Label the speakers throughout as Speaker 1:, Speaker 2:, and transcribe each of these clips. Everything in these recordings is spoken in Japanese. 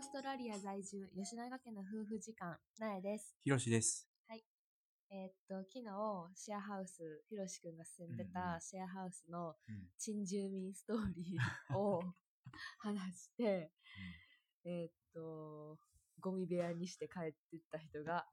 Speaker 1: ストラリア在住、吉永家の夫婦時間、なえです。
Speaker 2: ひろしです。
Speaker 1: えーっと、昨日、シェアハウス、ひろしくんが住んで
Speaker 2: うんう
Speaker 1: た
Speaker 2: ん
Speaker 1: シェアハウスの
Speaker 2: うん
Speaker 1: 珍住民ストーリーを話して、えーっと、ゴミ部屋にして帰ってった人 が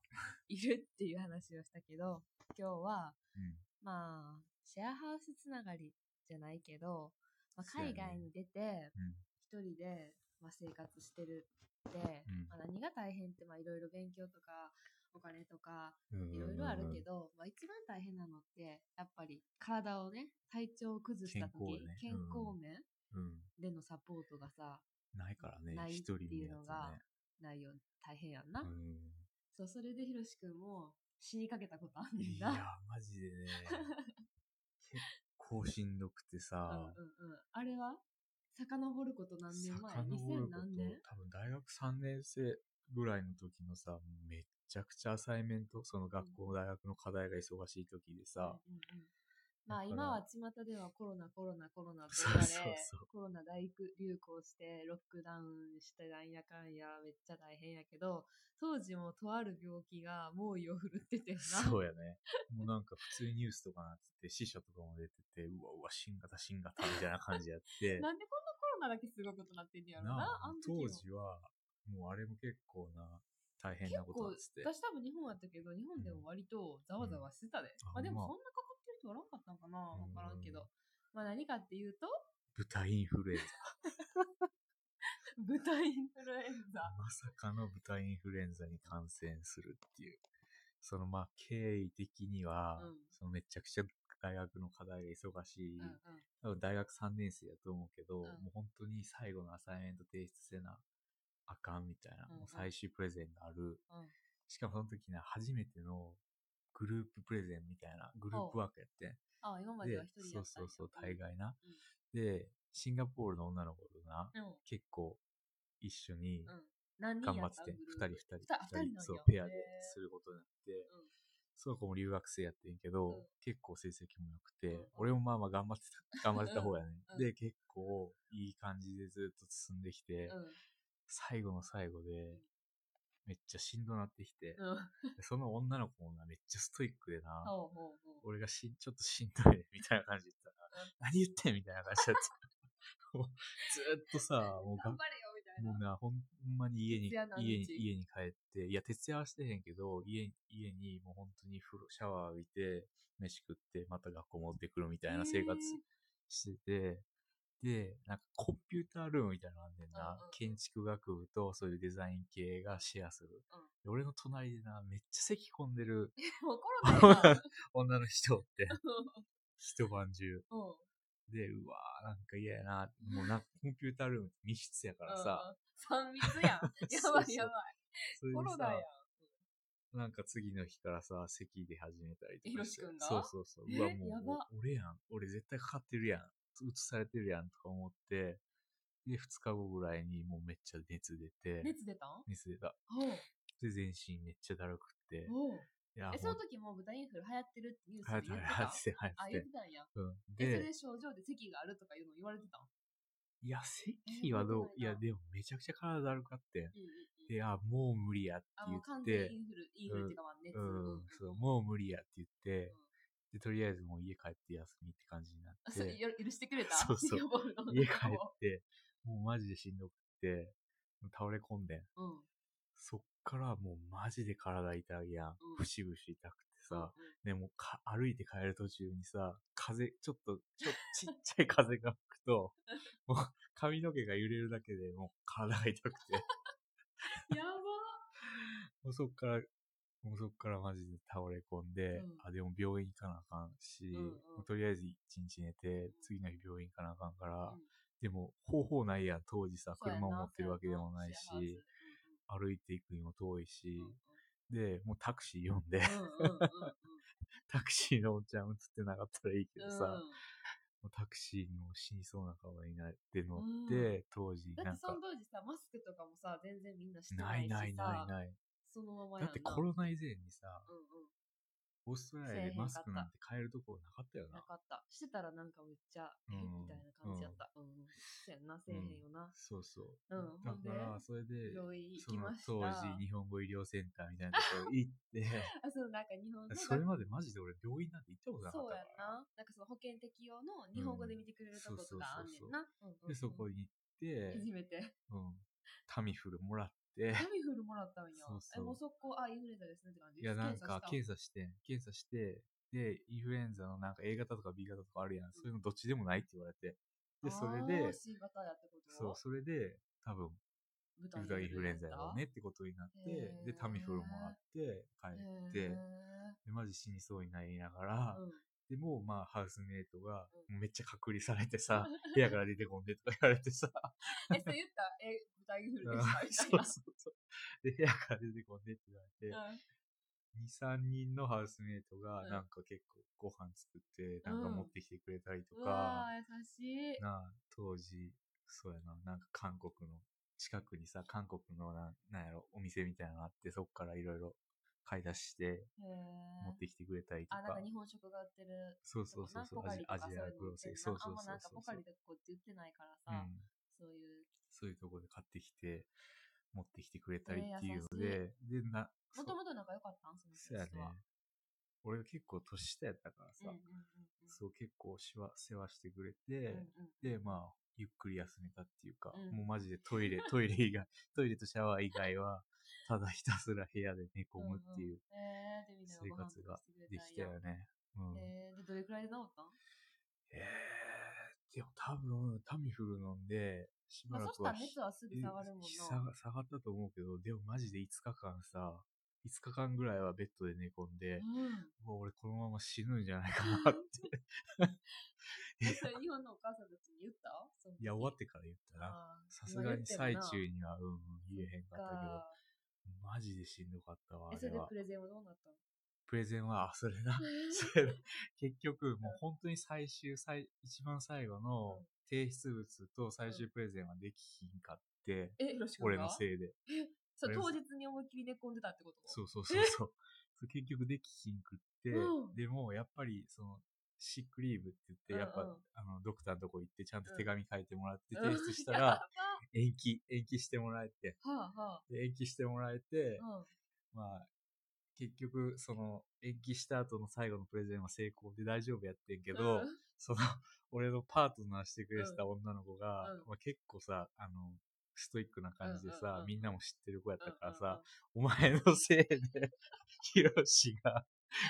Speaker 1: いるっていう話をしたけど、今日は、
Speaker 2: うん
Speaker 1: まあ、シェアハウスつながりじゃないけど、まあ、
Speaker 2: そうや
Speaker 1: 海
Speaker 2: ね
Speaker 1: 外に出て
Speaker 2: うん、
Speaker 1: 一人で、まあ、生活してるって、
Speaker 2: うん
Speaker 1: まあ、何が大変って、まあ、いろいろ勉強とか、お金とか、
Speaker 2: うん
Speaker 1: いろいろあるけど、まあ、一番大変なのって、やっぱり体をね、体調を崩した時、健
Speaker 2: 健康
Speaker 1: 康
Speaker 2: よ
Speaker 1: 面
Speaker 2: うん。
Speaker 1: でのサポートがさ、
Speaker 2: ないから
Speaker 1: な
Speaker 2: ね、
Speaker 1: い
Speaker 2: 一人のやつね。
Speaker 1: ないよ、大変やんな。
Speaker 2: うん
Speaker 1: そう、それでひろしくんも死にかけたことあんねん
Speaker 2: い
Speaker 1: な。
Speaker 2: や、マジでね。結構しんどく
Speaker 1: う
Speaker 2: て
Speaker 1: ん
Speaker 2: さ、
Speaker 1: うんうん。あれは遡ること何年前
Speaker 2: 遡る
Speaker 1: ?2000
Speaker 2: こと
Speaker 1: 何年
Speaker 2: 多分大学3年生ぐらいの時のさ、めちゃくちゃアサイメント、その学校、大学の課題が忙しい時でさ、
Speaker 1: うんうんうんまあ
Speaker 2: だから
Speaker 1: 今は巷ではコロナコロナコロナと
Speaker 2: そう
Speaker 1: 言われ
Speaker 2: そうそう
Speaker 1: コロナ大流行してロックダウンしてなんやかんやめっちゃ大変やけど当時もとある病気が猛威を振るっててんな
Speaker 2: そうやね。もうなんか普通にニュースとかなってて、死者とかも出てて、うわうわ、新型、新型みたいな感じやっ て。
Speaker 1: なんでこんなコロナだけすごいことなってんねやろな
Speaker 2: なあ
Speaker 1: あん時も
Speaker 2: 当時は、もうあれも結構な、大変なことになってて。
Speaker 1: 私多分日本やったけど日本でも割とざわざわしてたで、
Speaker 2: うん
Speaker 1: まあでも
Speaker 2: あ
Speaker 1: そ
Speaker 2: ほ
Speaker 1: んなかかってる人おらんかったんかな
Speaker 2: うん
Speaker 1: 分からんけど、まあ何かっていうと
Speaker 2: 豚インフルエンザ。
Speaker 1: 豚インフルエンザ
Speaker 2: まさかの豚インフルエンザに感染するっていう。そのまあ経緯的には、
Speaker 1: うん
Speaker 2: そのめちゃくちゃ大学の課題が忙しい。
Speaker 1: うんうん
Speaker 2: 多分大学3年生だと思うけど、
Speaker 1: ん
Speaker 2: もう本当に最後のアサイメント提出せなあかんみたいな、
Speaker 1: うんうん
Speaker 2: もう最終プレゼンがある。
Speaker 1: うん
Speaker 2: しかもその時ね、初めてのグループプレゼンみたいな、グループワークやってん。
Speaker 1: あ今まで
Speaker 2: で
Speaker 1: は一、人
Speaker 2: そ
Speaker 1: やったん
Speaker 2: うそ
Speaker 1: や
Speaker 2: うそう、大概な。
Speaker 1: うん
Speaker 2: で、シンガポールの女の子とな、
Speaker 1: うんうん
Speaker 2: 結構一緒に
Speaker 1: 何人
Speaker 2: 頑
Speaker 1: や
Speaker 2: 張
Speaker 1: っ
Speaker 2: って
Speaker 1: た
Speaker 2: て、
Speaker 1: グルー
Speaker 2: 二人
Speaker 1: プ
Speaker 2: 二人
Speaker 1: ふた二人なんや
Speaker 2: そう、ペア
Speaker 1: へー
Speaker 2: ですることになって、
Speaker 1: ん
Speaker 2: その子も留学生やってんけど、
Speaker 1: うん
Speaker 2: 結構成績も良く
Speaker 1: うん
Speaker 2: て、
Speaker 1: うん
Speaker 2: 俺もまあまあ頑張ってた、 頑張ってた方やね。
Speaker 1: うん
Speaker 2: で、結構いい感じでずっと進んできて、
Speaker 1: うん
Speaker 2: 最後の最後で、めっちゃしんどなってきて、
Speaker 1: うん
Speaker 2: でその女の子もな、めっちゃストイックでな、
Speaker 1: ほうほうほう
Speaker 2: 俺がし ん、ちょっとしんどいね、みたいな感じで言ったら、何言ってんみたいな感じだった。 もうずーっとさ、もうが
Speaker 1: 頑張れよみたい
Speaker 2: も
Speaker 1: な
Speaker 2: うな、ほんまに家に、
Speaker 1: 徹夜何日
Speaker 2: 家に、家に帰って、いや、徹夜はしてへんけど、家に、家にもう本当に風呂、シャワー浴びて、飯食って、また学校戻ってくるみたいな生活してて、で、なんかコンピュータールームみたいなのあんねんな。
Speaker 1: うんうん
Speaker 2: 建築学部とそういうデザイン系がシェアする。
Speaker 1: うん
Speaker 2: で俺の隣でな、めっちゃ咳込ん でる
Speaker 1: もうコロナやん
Speaker 2: 女の人って、
Speaker 1: う
Speaker 2: 一晩
Speaker 1: ん
Speaker 2: 中。
Speaker 1: うん
Speaker 2: で、うわー、なんか嫌やな。もうなんかコンピュータールームって密室やからさ。
Speaker 1: 三密やんや
Speaker 2: そう
Speaker 1: ば
Speaker 2: そう
Speaker 1: いやば
Speaker 2: それ
Speaker 1: い
Speaker 2: で
Speaker 1: コロ
Speaker 2: さ
Speaker 1: ナやん
Speaker 2: なんか次の日からさ、咳で始めたりとかし
Speaker 1: ひろし
Speaker 2: て。
Speaker 1: くんが
Speaker 2: そうそうそう。
Speaker 1: え
Speaker 2: うわ、も
Speaker 1: やば
Speaker 2: う、お俺やん。俺絶対かかってるやん。うつされてるやんとか思って、で、2日後ぐらいにもうめっちゃ熱出て、
Speaker 1: 熱出たん
Speaker 2: 熱出た。
Speaker 1: ほう
Speaker 2: で、全身めっちゃだるくって、
Speaker 1: ほう
Speaker 2: いや、
Speaker 1: えそ
Speaker 2: も
Speaker 1: の
Speaker 2: う、
Speaker 1: 時もう豚インフル流行ってるってニュース
Speaker 2: はや
Speaker 1: で
Speaker 2: て
Speaker 1: 言
Speaker 2: は
Speaker 1: ってた
Speaker 2: やてはや
Speaker 1: あ
Speaker 2: て
Speaker 1: 言ってたんやえそれ
Speaker 2: うん。で
Speaker 1: で、症状で咳があるとかいうの言われてたん
Speaker 2: いや、咳はどう、い
Speaker 1: えー
Speaker 2: や、
Speaker 1: どうなんだ
Speaker 2: でもめちゃくちゃ体だるかって
Speaker 1: うん
Speaker 2: ん。
Speaker 1: うんうん
Speaker 2: で、あ、もう無理やって
Speaker 1: あ
Speaker 2: 言
Speaker 1: も
Speaker 2: っ
Speaker 1: う完全
Speaker 2: て
Speaker 1: イ、ンフルインフルっていうかまあ熱
Speaker 2: うん、
Speaker 1: う
Speaker 2: そ
Speaker 1: ん
Speaker 2: う、もう無理やって言って、で、とりあえずもう家帰って休みって感じにな
Speaker 1: あ
Speaker 2: っ
Speaker 1: それ
Speaker 2: て。
Speaker 1: よ許してくれた
Speaker 2: そ うそう
Speaker 1: 予防の
Speaker 2: 家帰って、もうマジでしんどくって、倒れ込んでん。
Speaker 1: うんうん
Speaker 2: そっからもうマジで体痛いやん。
Speaker 1: うん
Speaker 2: 節々痛くてさ。でもか、歩いて帰る途中にさ、風、ちょっと、ちょ、ちっちゃい風が吹く と、もう髪の毛が揺れるだけでもう体が痛くて、
Speaker 1: うんやば
Speaker 2: もうそっから、もうそっからマジで倒れ込んで、
Speaker 1: うん
Speaker 2: あ、でも病院行かなあかんし、
Speaker 1: うんうん
Speaker 2: もうとりあえず一日寝て、次の日病院行かなあかんから、
Speaker 1: うん
Speaker 2: でも方法ないやん、当時さ、
Speaker 1: そうやな
Speaker 2: 車を持ってるわけでもないし、
Speaker 1: そうやな
Speaker 2: 歩いていくにも遠いし、
Speaker 1: シェアハウス
Speaker 2: で、もうタクシー呼んで、
Speaker 1: うんうんうんうんうんうん
Speaker 2: タクシーのおっちゃん映ってなかったらいいけどさ、
Speaker 1: うん
Speaker 2: もうタクシーにも死にそうな顔になって乗っ
Speaker 1: う
Speaker 2: て、当時、
Speaker 1: だ
Speaker 2: な
Speaker 1: って
Speaker 2: ん
Speaker 1: そ
Speaker 2: か
Speaker 1: の、当時さマスクとかもさ全然みんなしてな
Speaker 2: ないい
Speaker 1: し
Speaker 2: ないな
Speaker 1: さ
Speaker 2: いない。
Speaker 1: そのままやんな
Speaker 2: だってコロナ以前にさ、
Speaker 1: うんうん
Speaker 2: オーストラリアでマスクなんて買えるところなかったよ
Speaker 1: な
Speaker 2: な。
Speaker 1: かったしてたらなんかめっちゃえ
Speaker 2: うん
Speaker 1: みたいな感じやったうんうんそうやんな、せえへんよな。
Speaker 2: そうそう。
Speaker 1: うん
Speaker 2: だ
Speaker 1: ほんで
Speaker 2: から、それで、
Speaker 1: 病院行
Speaker 2: そ
Speaker 1: き
Speaker 2: の
Speaker 1: ました。
Speaker 2: 当時、日本語医療センターみたいなところ行って、
Speaker 1: あ、 そう、なんか日本の
Speaker 2: それまでマジで俺病院なんて行ったことなかっ
Speaker 1: そう
Speaker 2: た
Speaker 1: やんな。なんかその保険適用の日本語で見てくれるとことがあんねんな。
Speaker 2: から。で、そこ
Speaker 1: に。
Speaker 2: に行って、
Speaker 1: 初めて。
Speaker 2: うん。タミフルも らって、
Speaker 1: タミフルもらったんや。
Speaker 2: そうそう
Speaker 1: え、もうそこ、あ、インフルエンザですねって感じ。
Speaker 2: いや、なんか、
Speaker 1: 検
Speaker 2: 検査して、検査して、で、インフルエンザのなんか A 型とか B 型とかあるやん。そういうのどっちでもないって言われて。で、
Speaker 1: 査
Speaker 2: それ
Speaker 1: あー
Speaker 2: で、
Speaker 1: C 型やってこと
Speaker 2: そう、それで、多分、
Speaker 1: 豚
Speaker 2: 豚インフルエンザやろうね
Speaker 1: っ
Speaker 2: ってことになって
Speaker 1: へ、ー
Speaker 2: で、タミフルもらって、帰って、で、マジ死にそうになりながら、でも、まあ、ハウスメイトが、
Speaker 1: う
Speaker 2: めっちゃ隔離されてさ、 部屋から出てこんでとか言われてさ、
Speaker 1: え、そう言ったえ、豚インフル
Speaker 2: う
Speaker 1: エン
Speaker 2: ん
Speaker 1: ザみた
Speaker 2: そ
Speaker 1: いうな。
Speaker 2: そうそう。で、部屋から出てこんでって言われて、2、3人のハウスメイトが
Speaker 1: う、ん
Speaker 2: なんか結構ご飯作って、なんか
Speaker 1: うん
Speaker 2: 持ってきてくれたりと
Speaker 1: うんうわ
Speaker 2: か、
Speaker 1: ー、優しい。
Speaker 2: なあ、当時、そうやな、なんか韓国の、近くにさ、韓国のなん、なんやろ、お店みたいなのがあって、そっからいろいろ買い出して、
Speaker 1: へー
Speaker 2: 持ってきてくれたりと
Speaker 1: あ、なん
Speaker 2: か
Speaker 1: か、日本食が売ってる。
Speaker 2: そうそうそうそう、
Speaker 1: ポ
Speaker 2: ア
Speaker 1: カ
Speaker 2: ジ
Speaker 1: リと
Speaker 2: ア
Speaker 1: か
Speaker 2: ジ
Speaker 1: そういう
Speaker 2: ア
Speaker 1: の
Speaker 2: グローセリ
Speaker 1: 売
Speaker 2: ー、そう
Speaker 1: って
Speaker 2: そ
Speaker 1: ん
Speaker 2: う
Speaker 1: なあんまな
Speaker 2: そうん
Speaker 1: か
Speaker 2: そう
Speaker 1: ポカリとかこうやって売ってないから
Speaker 2: う
Speaker 1: さ、
Speaker 2: ん。
Speaker 1: そういう。
Speaker 2: そういうとこで買ってきて、持ってきてくれたりっていうの
Speaker 1: え
Speaker 2: で、で、な、
Speaker 1: もと
Speaker 2: そう
Speaker 1: もと仲良かったんその
Speaker 2: そうやね
Speaker 1: 人たちは。。
Speaker 2: 俺が結構年下やったから
Speaker 1: うん
Speaker 2: さ
Speaker 1: うん、うんうん。
Speaker 2: そう結構しわ世話してくれ
Speaker 1: うん
Speaker 2: て、
Speaker 1: うん
Speaker 2: で、まあ、ゆっくり休めたっていうか、
Speaker 1: うん
Speaker 2: もうマジでトイレ、トイレ以外、 トイレとシャワー以外は、ただひたすら部屋で寝込むっていう
Speaker 1: えー、でみんな
Speaker 2: 生
Speaker 1: ご飯
Speaker 2: 活
Speaker 1: 作
Speaker 2: が
Speaker 1: ってくれ
Speaker 2: で
Speaker 1: んや
Speaker 2: きたよね。うん。え
Speaker 1: えー、で、どれくらいで治ったん
Speaker 2: ー、でも多分、タミフル飲んで、しば
Speaker 1: まあ、そ
Speaker 2: ら
Speaker 1: し
Speaker 2: く
Speaker 1: た
Speaker 2: は
Speaker 1: ら熱はすぐ下がるもん
Speaker 2: 下
Speaker 1: な。
Speaker 2: が下がったと思うけど、でもマジで5日間さ、5日間ぐらいはベッドで寝込んで、
Speaker 1: うん。
Speaker 2: もう俺このまま死ぬんじゃないか なって。いや
Speaker 1: えそれ日本のお母さんたちに言った
Speaker 2: いや、終わってから言ったな。
Speaker 1: あー
Speaker 2: さすがに最中
Speaker 1: 今
Speaker 2: には、うん、うん、言えへんか
Speaker 1: 言
Speaker 2: っ
Speaker 1: って
Speaker 2: た
Speaker 1: も
Speaker 2: けど
Speaker 1: な、
Speaker 2: マジでしんどかったわ、
Speaker 1: え、
Speaker 2: あ
Speaker 1: それ
Speaker 2: れ
Speaker 1: で
Speaker 2: は
Speaker 1: プ。レゼンはどうなったの
Speaker 2: プレゼンは、あ、それな。 それな結局、もう本当に最終、最、一番最後の
Speaker 1: うん
Speaker 2: 提出物と最終プレゼンはできひんかって、
Speaker 1: え、よろしく
Speaker 2: 俺のせいで。
Speaker 1: そう、当日に思いっきり寝込んでたってこと
Speaker 2: そうそうそうそう。 そう結局できひんくって、
Speaker 1: うん
Speaker 2: でもやっぱりその、シックリーブって言って、やっぱ、
Speaker 1: うんうん
Speaker 2: あの、ドクターのとこ行って、ちゃんと手
Speaker 1: うん
Speaker 2: 紙書いてもらって、
Speaker 1: うん
Speaker 2: 提出した ら、延期、延期してもらえて、
Speaker 1: はあは
Speaker 2: で延期してもらえて、
Speaker 1: あ。うん。
Speaker 2: まあ、結局、その、延期した後の最後のプレゼンは成功で大丈夫やってんけど、
Speaker 1: うん
Speaker 2: その、 俺のパートナーしてくれてた女の子が、
Speaker 1: うん
Speaker 2: まあ、結構さ、あの、ストイックな感じでさ、
Speaker 1: うんうんうん
Speaker 2: みんなも知ってる子やったからさ、
Speaker 1: うんうんうん
Speaker 2: お前のせいで、 ヒロシが、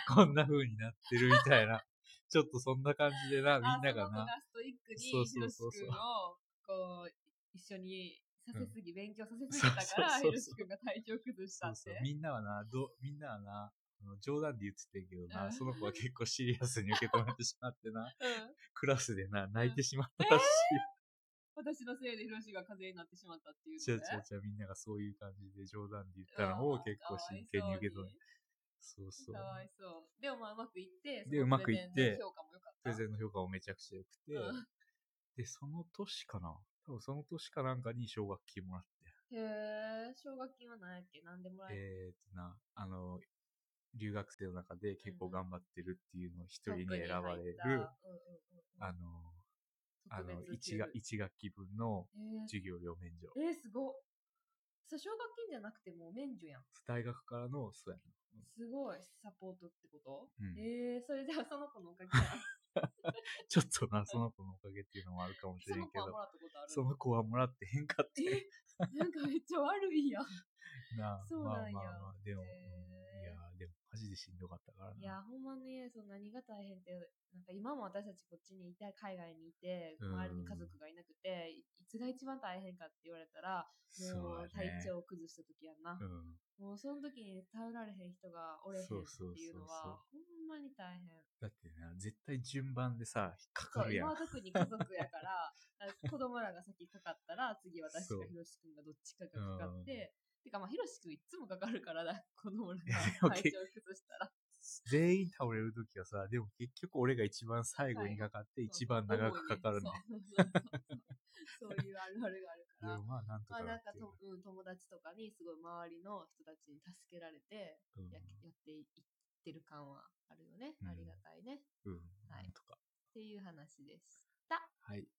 Speaker 2: こんな風になってるみたいな。ちょっとそんな感じでな、みんなが
Speaker 1: あその子
Speaker 2: な。
Speaker 1: がストイックに、
Speaker 2: そう
Speaker 1: ヒ
Speaker 2: そう
Speaker 1: ロシ
Speaker 2: そうそう
Speaker 1: 君を、こう、一緒にさせすぎ、勉強させすぎ
Speaker 2: そう
Speaker 1: たから、ヒ
Speaker 2: そうそう
Speaker 1: ロシ君が体調崩した
Speaker 2: そう
Speaker 1: っ
Speaker 2: そう
Speaker 1: て。
Speaker 2: みんなはな、どみんなはな、あの冗談で言っててんけど
Speaker 1: う
Speaker 2: な、
Speaker 1: ん
Speaker 2: その子は結構シリアスに受け止めてしまってな、
Speaker 1: うん。
Speaker 2: クラスでな、泣いてしまったらしい。
Speaker 1: 私のせいでヒロシが風邪になってしまったっていうの
Speaker 2: ちゃ
Speaker 1: ね。
Speaker 2: ちゃちゃみんながそういう感じで冗談で言ったのを結構真剣に受け止めて。そうそう
Speaker 1: か。わいそう。でもまあうまくいって、
Speaker 2: で
Speaker 1: そう
Speaker 2: まくいって
Speaker 1: 評価も良かった。
Speaker 2: プレゼンの評価もめちゃくちゃ良くて、
Speaker 1: うん
Speaker 2: で、その年かな多分その年かなんかに奨学金もらって。
Speaker 1: へえ、奨学金は何やっけ何でもらえる、
Speaker 2: えー、とな、あの、留学生の中で結構頑張ってるっていうのを一人に選ばれる、
Speaker 1: トップに入った
Speaker 2: あの、あ
Speaker 1: うんうんうん、
Speaker 2: の
Speaker 1: 特別
Speaker 2: 一が一学期分の
Speaker 1: 給
Speaker 2: 授業料免除。
Speaker 1: 料えー、えーすごっ。それ奨学金じゃなくてもう免除やん。
Speaker 2: 大学からの、そうやうん
Speaker 1: すごい、サポートってこと、
Speaker 2: うん
Speaker 1: えー、それじゃあその子のおかげだ。
Speaker 2: なちょっとな、その子のおかげっていうのもあるかもし
Speaker 1: そ
Speaker 2: れ
Speaker 1: の
Speaker 2: ん
Speaker 1: 子
Speaker 2: け
Speaker 1: は
Speaker 2: ど
Speaker 1: も、らったことある
Speaker 2: その子はもらってへんかって。
Speaker 1: え、なんかめっちゃ悪いやん。
Speaker 2: なあ
Speaker 1: そうなんや
Speaker 2: まあまあまあ、でも、
Speaker 1: へ
Speaker 2: う
Speaker 1: え
Speaker 2: んいやー、でもマジでしんどかったから
Speaker 1: いや
Speaker 2: な。、
Speaker 1: ほんまね、その何が大変って、なんか今も私たちこっちにいて、海外にいて、
Speaker 2: うん
Speaker 1: 周りに家族がいなくて、いいつが一番大変かって言われたら、
Speaker 2: そう
Speaker 1: も
Speaker 2: や
Speaker 1: う
Speaker 2: ね
Speaker 1: 体調を崩した時やんな。
Speaker 2: うん。
Speaker 1: もうその時に頼られへん人がおれへんっていうの
Speaker 2: そうそうそうそう
Speaker 1: は、ほんまに大変。
Speaker 2: だってな、絶対順番でさ、引っかか
Speaker 1: そう
Speaker 2: るや
Speaker 1: 今
Speaker 2: ん
Speaker 1: は。特に家族やから、 あ子供らが先かかったら、次私
Speaker 2: そう
Speaker 1: かひろしくんがどっちかがかかって、てかまあひろしくんいつもかかるからな、子供ら
Speaker 2: も
Speaker 1: が体調崩したら。
Speaker 2: 全員倒れるときはさ、でも結局俺が一番最後にかかって一番長くかかるね。
Speaker 1: そうそうそうそうそういうあるあるがある
Speaker 2: で
Speaker 1: から。
Speaker 2: もまあなんと
Speaker 1: ま
Speaker 2: か
Speaker 1: あ
Speaker 2: な
Speaker 1: なん
Speaker 2: っ
Speaker 1: か
Speaker 2: ていう
Speaker 1: と、うん、友達とかにすごい周りの人たちに助けられて
Speaker 2: うん
Speaker 1: や,、やっていってる感はあるよね、
Speaker 2: うん
Speaker 1: ありがたいねっ
Speaker 2: うん。
Speaker 1: はい
Speaker 2: なんとか。
Speaker 1: ていう話でした。
Speaker 2: はい。